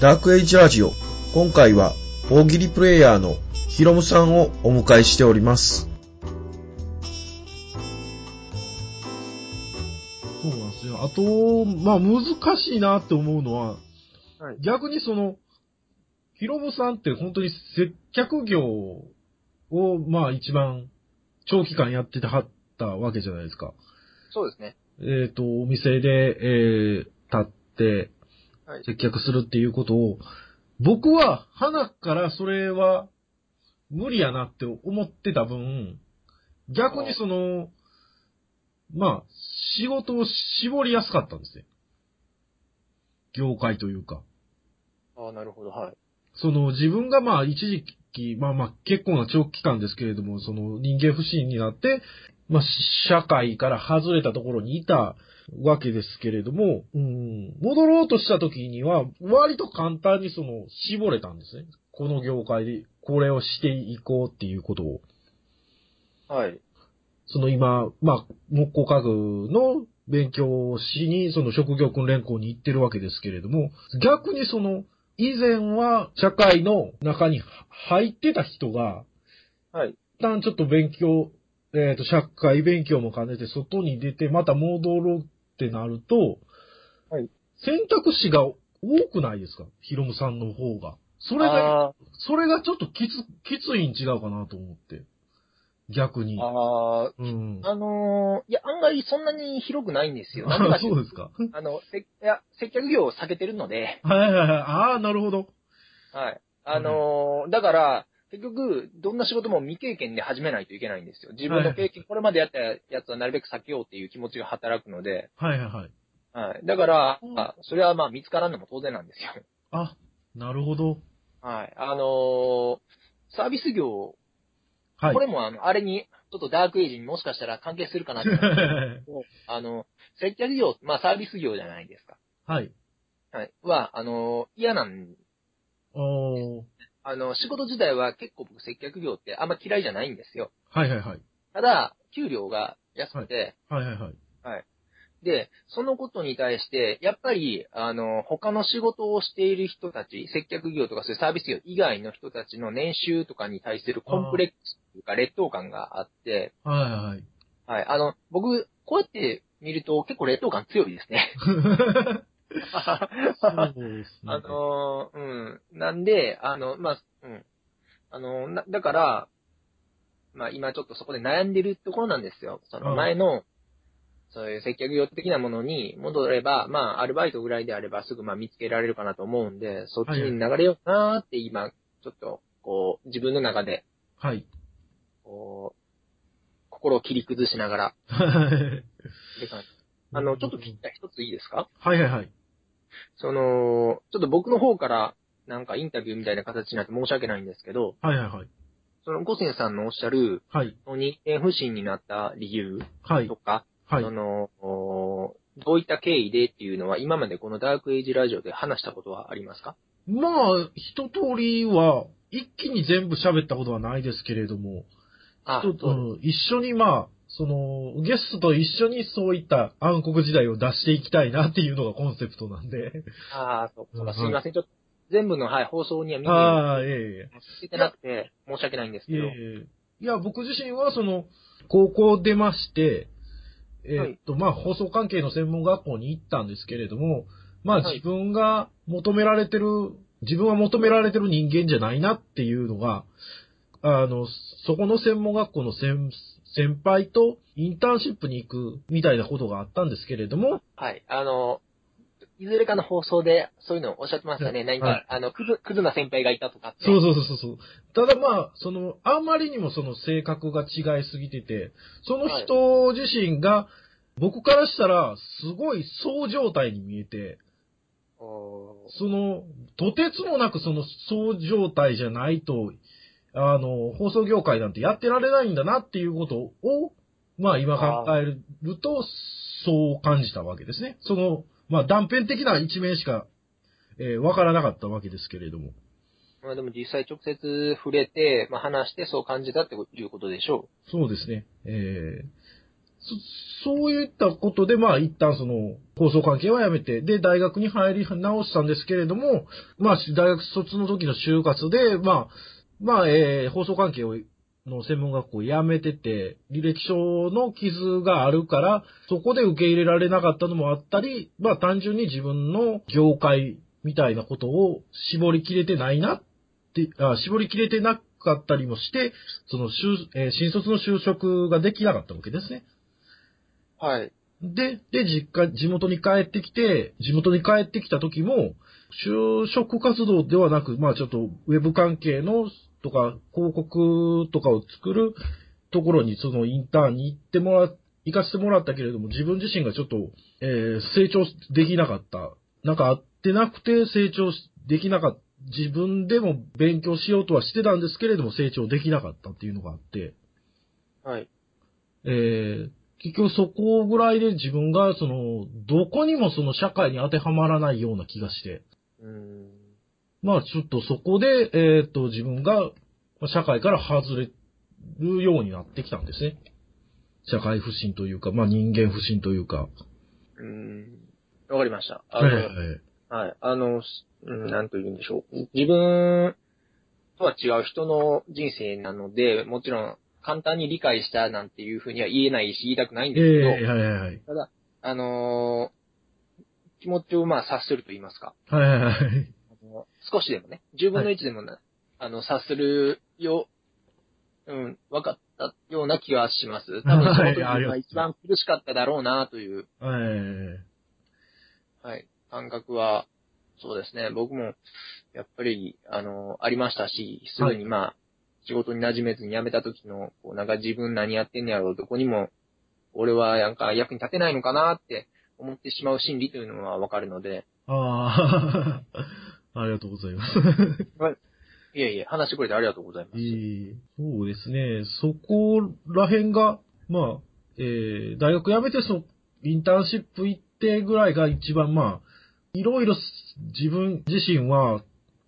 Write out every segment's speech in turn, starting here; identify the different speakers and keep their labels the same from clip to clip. Speaker 1: ダークエイジラジオ。今回は、大喜利プレイヤーのヒロムさんをお迎えしております。そうなんですよ。あと、まあ、難しいなって思うのは、
Speaker 2: はい
Speaker 1: 逆にその、ヒロムさんって本当に接客業を、まあ、一番長期間やっててはったわけじゃないですか。
Speaker 2: そうですね。
Speaker 1: えっ、と、お店で、えー、立って、
Speaker 2: はい。
Speaker 1: 接客するっていうことを、僕は、花からそれは、無理やなって思ってた分、逆にその、まあ、仕事を絞りやすかったんですよ。業界というか。
Speaker 2: ああ、なるほど。はい。
Speaker 1: その、自分がまあ、一時期、まあまあ、結構な長期間ですけれども、その、人間不信になって、まあ、社会から外れたところにいたわけですけれども、うん、戻ろうとした時には、割と簡単にその、絞れたんですね。この業界で、これをしていこうっていうことを。
Speaker 2: はい。
Speaker 1: その今、まあ、木工家具の勉強をしに、その職業訓練校に行ってるわけですけれども、逆にその、以前は社会の中に入ってた人が、
Speaker 2: はい。
Speaker 1: 一旦ちょっと勉強、えっ、と、社会勉強も兼ねて外に出て、また戻ろうってなると、
Speaker 2: はい
Speaker 1: 選択肢が多くないですかヒロムさんの方が。そ
Speaker 2: こ
Speaker 1: れが、
Speaker 2: あ
Speaker 1: それがちょっときつ、きついん違うかなと思って。逆に
Speaker 2: ー。あー、
Speaker 1: うん。
Speaker 2: あのーいや、案外そんなに広くないんですよ。なんで
Speaker 1: あ
Speaker 2: か
Speaker 1: そうですか。
Speaker 2: あの、せいや接客業を避けてるので、
Speaker 1: はいはいはい。ああ、なるほど。
Speaker 2: はい。あのーだから、結局、どんな仕事も未経験で始めないといけないんですよ。自分の経験、これまでやったやつはなるべく避けようっていう気持ちが働くので、
Speaker 1: はいはいはい。
Speaker 2: はい。だから
Speaker 1: うん、
Speaker 2: あそれはまあ見つからんのも当然なんですよ。
Speaker 1: あ、なるほど。
Speaker 2: はい。あのーサービス業、
Speaker 1: はい
Speaker 2: こ。れもあの、あれに、ちょっとダークエイジにもしかしたら関係するかな ってあの、接客業、まあサービス業じゃないですか。
Speaker 1: はい。
Speaker 2: はい。は、あの、嫌なん、
Speaker 1: おー。
Speaker 2: あの、仕事自体は結構僕接客業ってあんま嫌いじゃないんですよ。
Speaker 1: はいはいはい。
Speaker 2: ただ、給料が安くて、
Speaker 1: はいはいはい。
Speaker 2: で、そのことに対して、やっぱり、あの、他の仕事をしている人たち、接客業とかそういうサービス業以外の人たちの年収とかに対するコンプレックスというか劣等感があって、
Speaker 1: はいはい。
Speaker 2: はい。あの、僕、こうやって見ると結構劣等感強いです ね。
Speaker 1: そうですね。
Speaker 2: あのーうん。なんで、あの、まあ、うん。あの、な、だから、まあ、今ちょっとそこで悩んでるところなんですよ。そ
Speaker 1: うん
Speaker 2: の前の、そういう接客業的なものに戻れば、まあ、アルバイトぐらいであればすぐまあ見つけられるかなと思うんで、そっちに流れようかなーって今、ちょっと、こう、自分の中で、
Speaker 1: はい。
Speaker 2: こう、心を切り崩しながら、って感じあの、ちょっと聞きたい一ついいですか
Speaker 1: はいはいはい。
Speaker 2: その、ちょっと僕の方から、なんかインタビューみたいな形になって申し訳ないんですけど、
Speaker 1: はいはいはい。
Speaker 2: その、五千さんのおっしゃる、
Speaker 1: はい。
Speaker 2: その人間不信になった理由
Speaker 1: はい
Speaker 2: と。か、
Speaker 1: はい
Speaker 2: そ。の、おーどういった経緯でっていうのは、今までこのダークエイジラジオで話したことはありますか
Speaker 1: まあ、一通りは、一気に全部喋ったことはないですけれども、
Speaker 2: あ、
Speaker 1: ちょっと、う
Speaker 2: そうん
Speaker 1: 一緒にまあ、その、ゲストと一緒にそういった暗黒時代を出していきたいなっていうのがコンセプトなんで。
Speaker 2: あー、そうそう
Speaker 1: う
Speaker 2: か、
Speaker 1: ん
Speaker 2: すみません。ちょっと、全部の、はい、放送には見て
Speaker 1: ああ、え
Speaker 2: 見てなくて、申し訳ないんです
Speaker 1: えい
Speaker 2: けど、
Speaker 1: えいや、僕自身はその、高校出まして、えーっと、まあ、放送関係の専門学校に行ったんですけれども、まあ、
Speaker 2: はい
Speaker 1: 自分が求められてる、自分は求められてる人間じゃないなっていうのが、あの、そこの専門学校の先先輩とインターンシップに行くみたいなことがあったんですけれども、
Speaker 2: はい、あの、いずれかの放送で、そういうのをおっしゃってましたね。何か、
Speaker 1: はい
Speaker 2: あの、クズ、クズな先輩がいたとかって。
Speaker 1: そうそうそうそう。ただまあ、その、あまりにもその性格が違いすぎてて、その人自身が、僕からしたら、すごいそう状態に見えて、
Speaker 2: おー
Speaker 1: その、とてつもなくそのそう状態じゃないと、あの、放送業界なんてやってられないんだなっていうことを、まあ今考えると、そう感じたわけですね。その、まあ断片的な一面しか、えーわからなかったわけですけれども。
Speaker 2: まあでも実際直接触れて、まあ話してそう感じたっていうことでしょう。
Speaker 1: そうですね。えー、そそういったことで、まあ、一旦その、放送関係はやめて、で、大学に入り直したんですけれども、まあ、大学卒の時の就活で、まあ、まあ、えー、放送関係を、の専門学校を辞めてて、履歴書の傷があるから、そこで受け入れられなかったのもあったり、まあ、単純に自分の業界みたいなことを絞りきれてないなって、あ絞りきれてなかったりもして、その、就えー新卒の就職ができなかったわけですね。
Speaker 2: はい。
Speaker 1: で、で、実家、地元に帰ってきて、地元に帰ってきた時も、就職活動ではなく、まあちょっと、ウェブ関係の、とか、広告とかを作るところに、そのインターンに行ってもら、行かせてもらったけれども、自分自身がちょっと、えー成長できなかった。なんかあってなくて成長しできなかった。自分でも勉強しようとはしてたんですけれども、成長できなかったっていうのがあって。
Speaker 2: はい。
Speaker 1: えー結局そこぐらいで自分が、その、どこにもその社会に当てはまらないような気がして、
Speaker 2: うーん。
Speaker 1: まあちょっとそこで、えーっと、自分がまあ社会から外れるようになってきたんですね。社会不信というか、まあ人間不信というか。
Speaker 2: うーん。わかりました。あ
Speaker 1: はい
Speaker 2: の、
Speaker 1: はい
Speaker 2: はい。あの、すうんなんと言うんでしょう。自分とは違う人の人生なので、もちろん簡単に理解したなんていうふうには言えないし、言いたくないん
Speaker 1: え
Speaker 2: ですけど、
Speaker 1: ーはいはいはい。
Speaker 2: あのー気持ちをまあ察すると言いますか。
Speaker 1: はいはいはい。
Speaker 2: あの少しでもね、10分の1でもな、あの、察するよ、うん、分かったような気はします。多分その時
Speaker 1: はいありが
Speaker 2: が
Speaker 1: とう
Speaker 2: 一番苦しかっただろうなという
Speaker 1: え
Speaker 2: はい。感覚は、そうですね。僕も、やっぱり、あの、ありましたし、すぐにまあ、仕事に馴染めずに辞めた時の、こう、なんか自分何やってんやろう、どこにも、俺はなんか役に立てないのかなって思ってしまう心理というのはわかるので、
Speaker 1: ー、あ あ、ありがとうございます。
Speaker 2: いえいえ、話してくれてありがとうございます。
Speaker 1: ええそうですね。そこら辺が、まあ、えー大学辞めて、そ、インターンシップ行ってぐらいが一番、まあ、いろいろ自分自身は、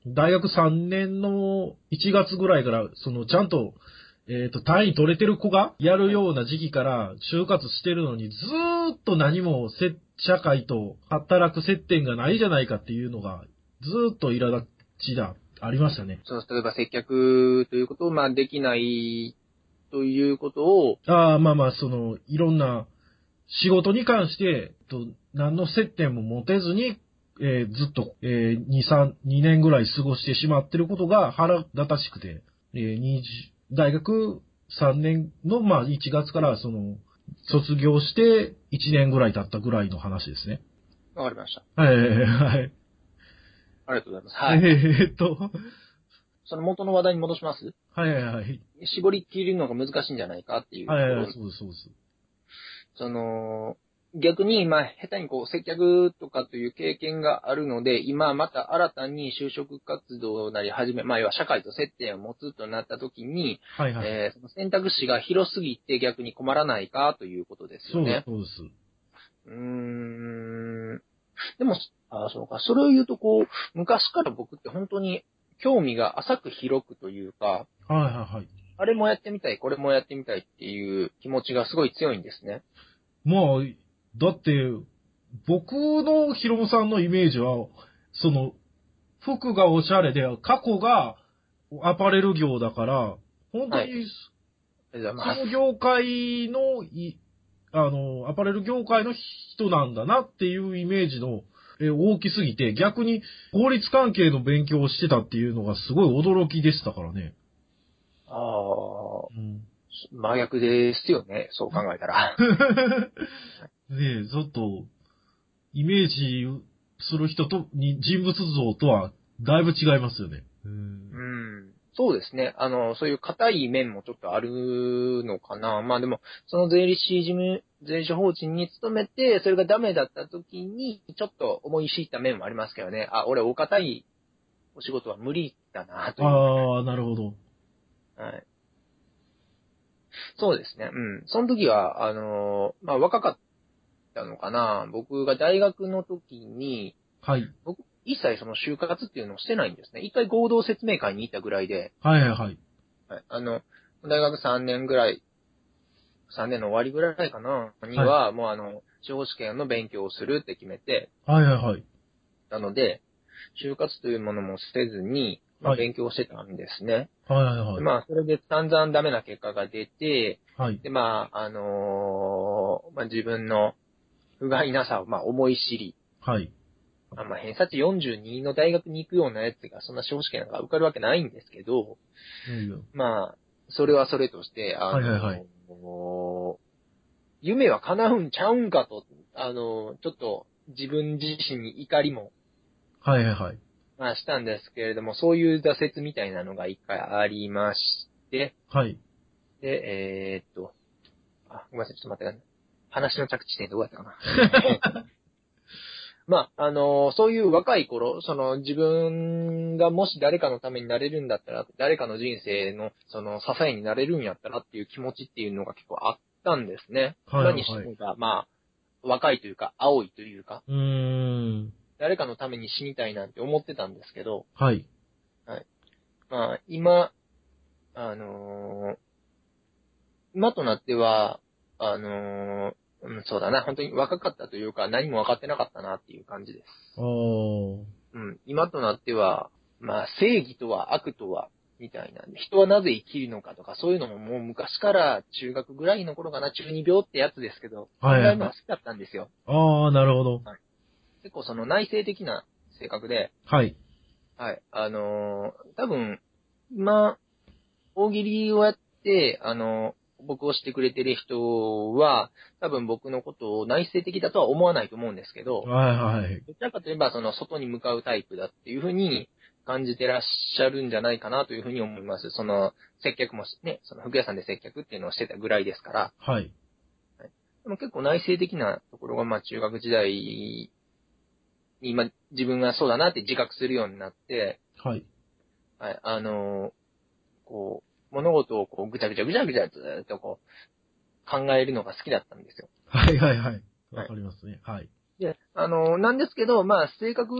Speaker 1: 大学3年の1月ぐらいから、その、ちゃんと、えっ、と、単位取れてる子がやるような時期から就活してるのに、ずーっと何もせ、社会と働く接点がないじゃないかっていうのが、ずーっと苛立ちだ、ありましたね。
Speaker 2: その、例えば接客ということを、まあ、できないということを、
Speaker 1: ああ、まあまあ、その、いろんな仕事に関して、と何の接点も持てずに、えーずっと、えー、2、3、2年ぐらい過ごしてしまってることが腹立たしくて、えー、20大学3年の、まあ、1月から、その、卒業して1年ぐらい経ったぐらいの話ですね。
Speaker 2: わかりました。
Speaker 1: はいはいはい。
Speaker 2: ありがとうございます。はい。
Speaker 1: えーっと、
Speaker 2: その元の話題に戻します
Speaker 1: はいはいはい。
Speaker 2: 絞り切るのが難しいんじゃないかっていうとこ
Speaker 1: はいはい
Speaker 2: ろ
Speaker 1: はい、そうですそうです。
Speaker 2: その、逆に、まあ、下手にこう、接客とかという経験があるので、今また新たに就職活動なり始め、まあ、要は社会と接点を持つとなった時に、
Speaker 1: はいはい。
Speaker 2: えーその選択肢が広すぎて逆に困らないかということです
Speaker 1: そ
Speaker 2: よ
Speaker 1: うです、
Speaker 2: ね。
Speaker 1: そうです。
Speaker 2: うーん。でも、あそうか、それを言うとこう、昔から僕って本当に興味が浅く広くというか、
Speaker 1: はいはいはい。
Speaker 2: あれもやってみたい、これもやってみたいっていう気持ちがすごい強いんですね。
Speaker 1: まあ、だって、僕のヒロムさんのイメージは、その、服がおしゃれで、過去がアパレル業だから、本当
Speaker 2: はい
Speaker 1: に
Speaker 2: ありがとうご
Speaker 1: そ
Speaker 2: ざいます
Speaker 1: の業界のい、あの、アパレル業界の人なんだなっていうイメージの、え大きすぎて、逆に法律関係の勉強をしてたっていうのがすごい驚きでしたからね。
Speaker 2: ああ、
Speaker 1: うん
Speaker 2: 真逆ですよね、そう考えたら。
Speaker 1: ねえ、ちょっと、イメージする人と、に人物像とは、だいぶ違いますよね。うん
Speaker 2: う。ん。そうですね。あの、そういう硬い面もちょっとあるのかな。まあでも、その税理士事務、税理士法人に勤めて、それがダメだった時に、ちょっと思い知った面もありますけどね。あ、俺、お堅いお仕事は無理だな、という。
Speaker 1: ああ、なるほど。
Speaker 2: はい。そうですね。うん。その時は、あの、まあ若かったのかな。僕が大学の時に、
Speaker 1: はい。
Speaker 2: 僕、一切その就活っていうのをしてないんですね。一回合同説明会に行ったぐらいで、
Speaker 1: はいはいはい。
Speaker 2: はいあの、大学3年ぐらい、 3年の終わりぐらいかな、には、もうあの、司法試験の勉強をするって決めて、
Speaker 1: はいはいはい。
Speaker 2: なので、就活というものも捨てずに、まあ、
Speaker 1: はい
Speaker 2: 勉強してたんですね。
Speaker 1: はいはいは
Speaker 2: で
Speaker 1: い。
Speaker 2: まあ、それで散々ダメな結果が出て、
Speaker 1: はい。
Speaker 2: で、まあ、あのーまあ、自分の不甲斐なさを、まあ、思い知り、
Speaker 1: はい。
Speaker 2: あまあ、偏差値42の大学に行くようなやつが、そんな司法試験なんか受かるわけないんですけど、
Speaker 1: いやいや
Speaker 2: まあ、それはそれとして、あの
Speaker 1: はいはいはい
Speaker 2: もう夢は叶うんちゃうんかと、あの、ちょっと自分自身に怒りも、
Speaker 1: はいはいはい。
Speaker 2: まあ、したんですけれども、そういう挫折みたいなのが一回ありまして、
Speaker 1: はい。
Speaker 2: で、えーっと、あ、ごめんなさい、ちょっと待ってください。話の着地点どうやったかな。 まあ、あのそういう若い頃、その自分がもし誰かのためになれるんだったら、誰かの人生のその支えになれるんやったらっていう気持ちっていうのが結構あったんですね。
Speaker 1: はいはい
Speaker 2: 何してもが、まあ、若いというか、青いというか、
Speaker 1: うーん。
Speaker 2: 誰かのために死にたいなんて思ってたんですけど、
Speaker 1: はい。
Speaker 2: まあ、今、あのー今となっては、あのーうん、そうだな、本当に若かったというか、何も分かってなかったなっていう感じです。
Speaker 1: あー。
Speaker 2: うん、今となっては、まあ、正義とは悪とは、みたいな。人はなぜ生きるのかとか、そういうのももう昔から中学ぐらいの頃かな、中二病ってやつですけど、
Speaker 1: はい
Speaker 2: 考え
Speaker 1: はい
Speaker 2: るの
Speaker 1: は
Speaker 2: はい好。きだったんですよ。
Speaker 1: あー、なるほど。
Speaker 2: 結構その内省的な性格で、
Speaker 1: はい。
Speaker 2: はい。あのー多分、今、大喜利をやって、あのー僕をしてくれてる人は、多分僕のことを内省的だとは思わないと思うんですけど、
Speaker 1: はいはい。
Speaker 2: どちらかといえば、その外に向かうタイプだっていうふうに感じてらっしゃるんじゃないかなというふうに思います。その、接客もしね、その服屋さんで接客っていうのをしてたぐらいですから、
Speaker 1: はい。
Speaker 2: でも結構内省的なところが、まあ中学時代に、今自分がそうだなって自覚するようになって、
Speaker 1: はい。
Speaker 2: はい、あのーこう、物事をこう、ぐちゃぐちゃぐちゃぐちゃずーっとこう、考えるのが好きだったんですよ。
Speaker 1: はいはいはい。わかりますね。はい。
Speaker 2: で、あのーなんですけど、まあ、性格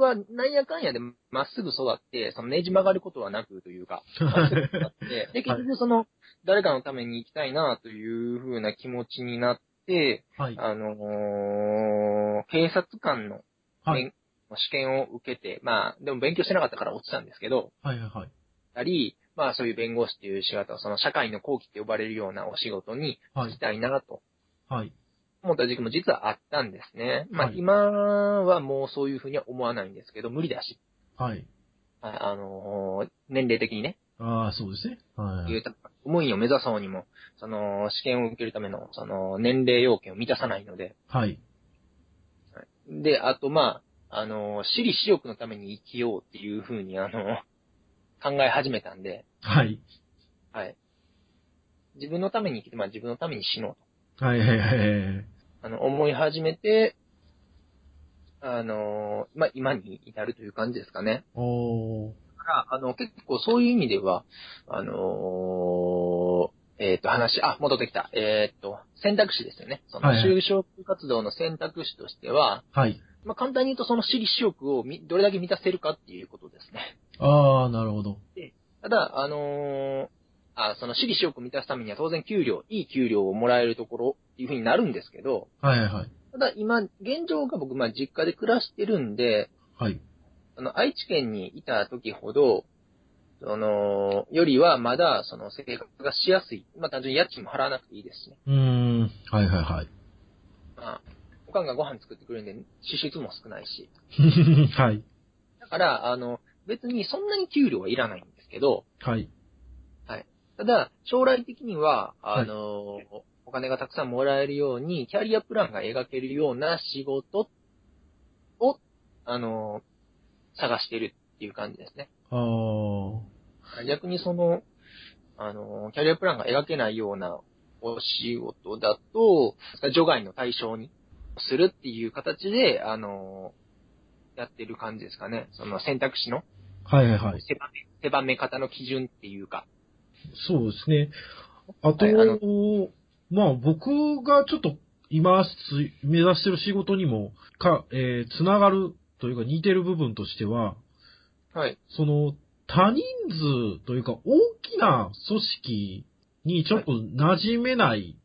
Speaker 2: は、なんやかんやで、まっすぐ育って、そのねじ曲がることはなくという か、まっすぐ育って、で、結局その、誰かのために行きたいなというふうな気持ちになって、
Speaker 1: はい。
Speaker 2: あのー警察官の、
Speaker 1: はい。
Speaker 2: 試験を受けて、まあ、でも勉強してなかったから落ちたんですけど、
Speaker 1: はいはいはい。
Speaker 2: たり、まあそういう弁護士という仕事、その社会の後期って呼ばれるようなお仕事に
Speaker 1: は
Speaker 2: し
Speaker 1: い。
Speaker 2: たいなと
Speaker 1: はい。
Speaker 2: 思った時期も実はあったんですね。まあ
Speaker 1: はい
Speaker 2: 今はもうそういうふうには思わないんですけど、無理だし、
Speaker 1: はい。
Speaker 2: ああのー年齢的にね、
Speaker 1: ああ、そうですね。はいい。
Speaker 2: う思いを目指そうにも、その試験を受けるための、その年齢要件を満たさないので、
Speaker 1: はい。
Speaker 2: で、あとまあ、あのー私利私欲のために生きようっていうふうに、あのー考え始めたんで、
Speaker 1: はい。
Speaker 2: はい。自分のために生きて、まあ自分のために死のうと。
Speaker 1: はいはいはいはい。
Speaker 2: あの、思い始めて、あのーまあ、今に至るという感じですかね。
Speaker 1: おー。
Speaker 2: だから、あの、結構そういう意味では、あのーえっ、と、話、あ、戻ってきた。えっ、と、選択肢ですよね。その、
Speaker 1: はいはい
Speaker 2: 就職活動の選択肢としては、
Speaker 1: はい。
Speaker 2: まあ、簡単に言うと、その私利私欲をみどれだけ満たせるかっていうことですね。
Speaker 1: ああ、なるほど。
Speaker 2: ただ、あのーあ、その私利私欲を満たすためには当然給料、いい給料をもらえるところっていうふうになるんですけど、
Speaker 1: はいはいはい。
Speaker 2: ただ今、現状が僕、まあ実家で暮らしてるんで、
Speaker 1: はい。
Speaker 2: あの、愛知県にいた時ほど、その、よりはまだ、その、生活がしやすい。まあ、単純に家賃も払わなくていいですしね。
Speaker 1: うーん。はいはいはい。
Speaker 2: まあ、おかんがご飯作ってくれるんで、支出も少ないし。
Speaker 1: はい。
Speaker 2: だから、あの、別にそんなに給料はいらないんですけど、
Speaker 1: はい。
Speaker 2: ただ、将来的には、あの、お金がたくさんもらえるように、キャリアプランが描けるような仕事を、あの、探してるっていう感じですね。
Speaker 1: ああ。
Speaker 2: 逆にその、あの、キャリアプランが描けないようなお仕事だと、除外の対象にするっていう形で、あの、やってる感じですかね。その選択肢の
Speaker 1: はいはいはい。
Speaker 2: 狭め,、狭め方の基準っていうか。
Speaker 1: そうですね。あと、
Speaker 2: はいあの
Speaker 1: まあ僕がちょっと今す目指してる仕事にもか、えーつながるというか似てる部分としては、
Speaker 2: はい。
Speaker 1: その多人数というか大きな組織にちょっと馴染めない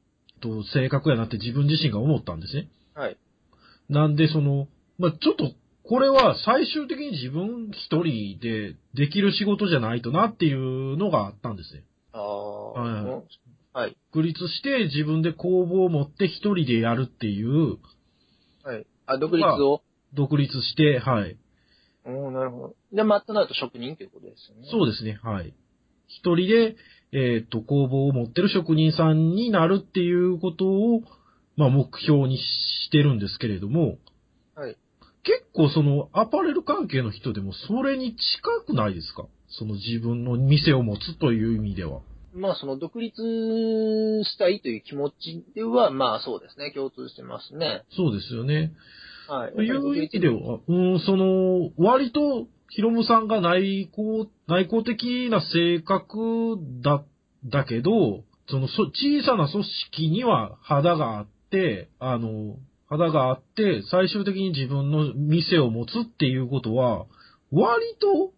Speaker 1: と正確やなって自分自身が思ったんですね。
Speaker 2: はい。
Speaker 1: なんで、その、まあ、ちょっと、これは最終的に自分一人でできる仕事じゃないとなっていうのがあったんですね。
Speaker 2: ああ、
Speaker 1: はい
Speaker 2: うんはい。
Speaker 1: 独立して自分で工房を持って一人でやるっていう、
Speaker 2: はい。あ、独立を。
Speaker 1: 独立して、はい。
Speaker 2: おーなるほど。で、まあとなると職人ということですよね。
Speaker 1: そうですね、はい。一人で、えっ、と、工房を持ってる職人さんになるっていうことを、まあ、目標にしてるんですけれども、
Speaker 2: はい。
Speaker 1: 結構その、アパレル関係の人でもそれに近くないですかその自分の店を持つという意味では。
Speaker 2: まあ、その独立したいという気持ちでは、まあそうですね、共通してますね。
Speaker 1: そうですよね。
Speaker 2: はい。
Speaker 1: という意味では、うん、その、割と、ヒロムさんが内向、内向的な性格だ、だけど、その、そ小さな組織には肌があって、あの、肌があって、最終的に自分の店を持つっていうことは、割と、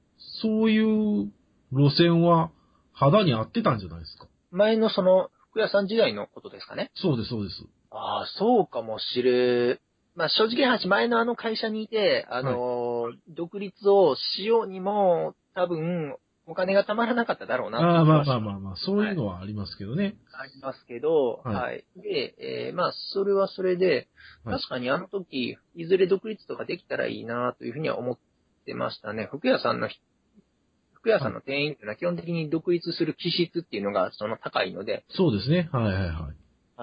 Speaker 1: そういう路線は肌に合ってたんじゃないですか。
Speaker 2: 前のその、服屋さん時代のことですかね。
Speaker 1: そうです、そうです。
Speaker 2: ああ、そうかもしれ。まあ正直な話、前のあの会社にいて、あのー独立をしようにも、多分、お金が貯まらなかっただろうな。
Speaker 1: ああ、まあまあ
Speaker 2: あ。
Speaker 1: まあまあ、そういうのはありますけどね。
Speaker 2: ありますけど、
Speaker 1: はい
Speaker 2: はい。で、えーまあ、それはそれで、
Speaker 1: はい
Speaker 2: 確かにあの時、いずれ独立とかできたらいいなというふうには思ってましたね。服屋さんの人、服屋さんの店員っていうのは基本的に独立する気質っていうのがその高いので、
Speaker 1: そうですね。はいはいは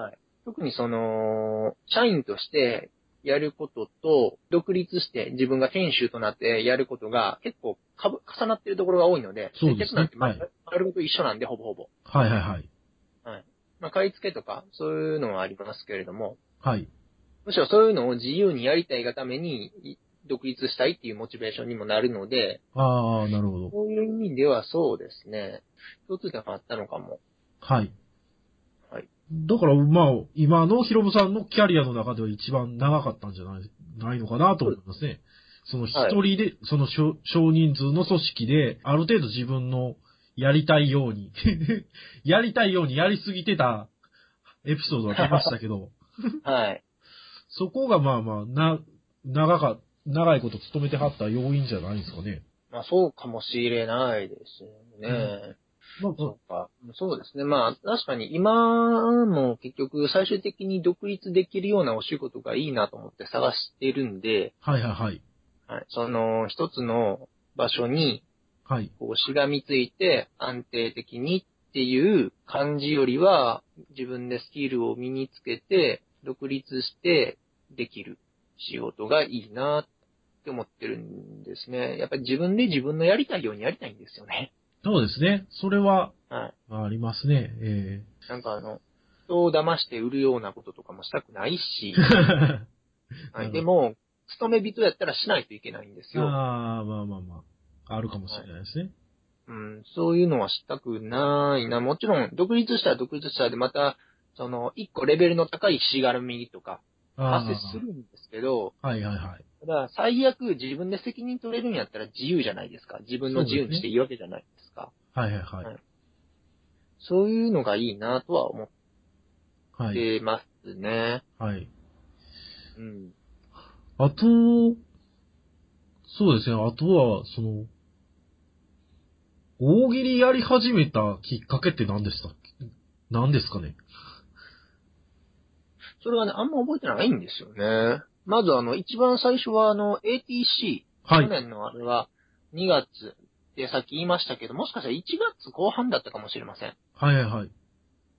Speaker 1: い。
Speaker 2: 特にその、社員としてやることと、独立して自分が店主となってやることが結構かぶ重なってるところが多いので、
Speaker 1: そうです
Speaker 2: 接客
Speaker 1: ね
Speaker 2: なんてま
Speaker 1: はい
Speaker 2: 丸ごと一緒なんで、ほぼほぼ。
Speaker 1: はいはいはい。
Speaker 2: まあ、買い付けとか、そういうのはありますけれども、
Speaker 1: はい。
Speaker 2: むしろそういうのを自由にやりたいがために、い独立したいっていうモチベーションにもなるので、
Speaker 1: ああ、なるほど。
Speaker 2: そういう意味ではそうですね、共通点があったのかも。
Speaker 1: はい。
Speaker 2: はい。
Speaker 1: だから、まあ、今のヒロムさんのキャリアの中では一番長かったんじゃない、ないのかなと思いますね。その一
Speaker 2: はい
Speaker 1: 人で、その少少人数の組織で、ある程度自分のやりたいように、 やりたいようにやりすぎてたエピソードが出ましたけ ど、
Speaker 2: はい。
Speaker 1: そこがまあまあ、な、長か、長いこと勤めてはった要因じゃないですかね。
Speaker 2: まあそうかもしれないですよね。
Speaker 1: うんまあ、
Speaker 2: そうか。そうですね。まあ、確かに今も結局最終的に独立できるようなお仕事がいいなと思って探してるんで、
Speaker 1: はいはいはい。
Speaker 2: はい、その一つの場所に
Speaker 1: はい。
Speaker 2: こうしがみついて安定的にっていう感じよりは、自分でスキルを身につけて、独立してできる仕事がいいなって思ってるんですね。やっぱり自分で自分のやりたいようにやりたいんですよね。
Speaker 1: そうですね。それは、
Speaker 2: はい。
Speaker 1: ありますね。え
Speaker 2: なんかあの、人を騙して売るようなこととかもしたくないし、
Speaker 1: え
Speaker 2: はい、
Speaker 1: うん
Speaker 2: でも、勤め人やったらしないといけないんですよ。
Speaker 1: ああ、まあまあまあ。あるかもしれないですね。
Speaker 2: うん、そういうのはしたくないな。もちろん、独立したら独立したらで、また、その、一個レベルの高いしがらみとか、
Speaker 1: あ
Speaker 2: 発生するんですけど、
Speaker 1: あはいはいはい。
Speaker 2: ただ、最悪自分で責任取れるんやったら自由じゃないですか。自分の自由にしていいわけじゃないですか。
Speaker 1: はいはいはい。
Speaker 2: そういうのがいいなとは思っ
Speaker 1: はい。
Speaker 2: てますね。
Speaker 1: はい。
Speaker 2: うん。
Speaker 1: あと、そうですね。あとは、その、大喜利やり始めたきっかけって何でしたっけ何ですかね
Speaker 2: それはね、あんま覚えてないんですよね。まずあの、一番最初はあの、ATC。去
Speaker 1: はい。
Speaker 2: 年のあれは2月ってさっき言いましたけど、もしかしたら1月後半だったかもしれません。
Speaker 1: はいはいはい。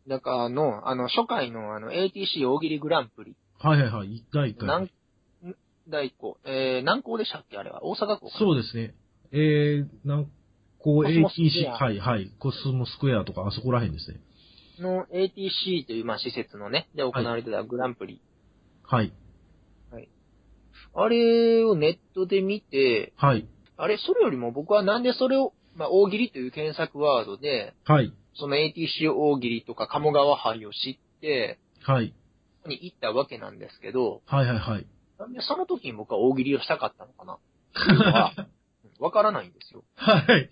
Speaker 2: だからあの、あの、初回のあの、ATC 大喜利グランプリ。
Speaker 1: はいはいはい。第1
Speaker 2: 南
Speaker 1: 回。、
Speaker 2: 第1校。えー、南校でしたっけあれは。大阪校かな
Speaker 1: そうですね。えー、なん、こ
Speaker 2: コ
Speaker 1: う、
Speaker 2: スモスクエ
Speaker 1: ATC、
Speaker 2: ア
Speaker 1: はいはい。コスモスクエアとか、あそこら辺ですね。
Speaker 2: の ATC という、まあ、施設のね、で行
Speaker 1: はい
Speaker 2: われてたグランプリ。
Speaker 1: はい。
Speaker 2: あれをネットで見て、
Speaker 1: はい。
Speaker 2: あれ、それよりも僕はなんでそれを、まあ、大喜利という検索ワードで、
Speaker 1: はい。
Speaker 2: その ATC 大喜利とか鴨川杯を知って、
Speaker 1: はい。
Speaker 2: そこに行ったわけなんですけど、
Speaker 1: はいはいはい。
Speaker 2: なんでその時に僕は大喜利をしたかったのかなっていうの はわからないんですよ。
Speaker 1: はい。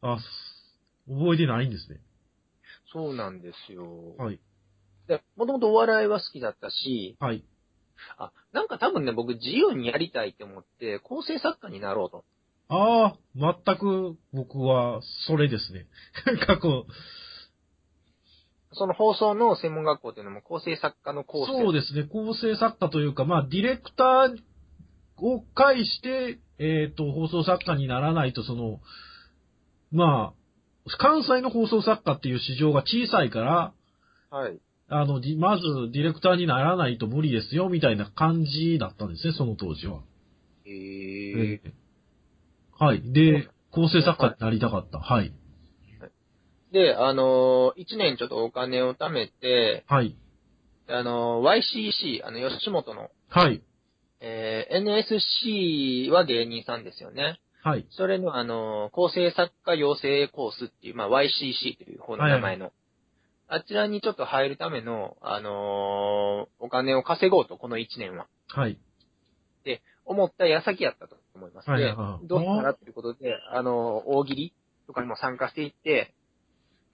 Speaker 1: あ、す覚えてないんですね。
Speaker 2: そうなんですよ。
Speaker 1: はい。
Speaker 2: で、もともとお笑いは好きだったし、
Speaker 1: はい。
Speaker 2: あ、なんか多分ね、僕自由にやりたいって思って、構成作家になろうと。
Speaker 1: ああ、全く僕はそれですね。 過去。
Speaker 2: その放送の専門学校っていうのも構成作家の構成。
Speaker 1: そうですね。構成作家というか、まあ、ディレクターを介して、えっ、と、放送作家にならないと、その、まあ、関西の放送作家っていう市場が小さいから、
Speaker 2: はい。
Speaker 1: あの、じまずディレクターにならないと無理ですよ、みたいな感じだったんですね、その当時は。
Speaker 2: へえ
Speaker 1: はい。で、構成作家になりたかった。はい。
Speaker 2: で、あのー、一年ちょっとお金を貯めて、
Speaker 1: はい。
Speaker 2: あのー、YCC、あの、吉本の、
Speaker 1: はい。
Speaker 2: えー NSC は芸人さんですよね。
Speaker 1: はい。
Speaker 2: それの、あのー、構成作家養成コースっていう、まあ、YCC という方の
Speaker 1: はい
Speaker 2: 名前の、あちらにちょっと入るための、あのーお金を稼ごうと、この一年は。
Speaker 1: はい。
Speaker 2: 思った矢先やったと思います。
Speaker 1: はい
Speaker 2: で
Speaker 1: はい、
Speaker 2: どうしたらっていうことで、あの、大喜利とかにも参加していって、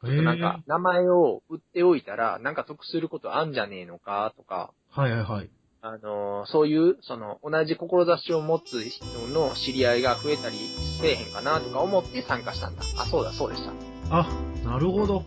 Speaker 1: え
Speaker 2: なんか、名前を売っておいたら、なんか得することあんじゃねえのか、とか、
Speaker 1: はいはいはい。
Speaker 2: あの、そういう、その、同じ志を持つ人の知り合いが増えたりせえへんかな、とか思って参加したんだ。あ、そうだ、そうでした。
Speaker 1: あ、なるほど。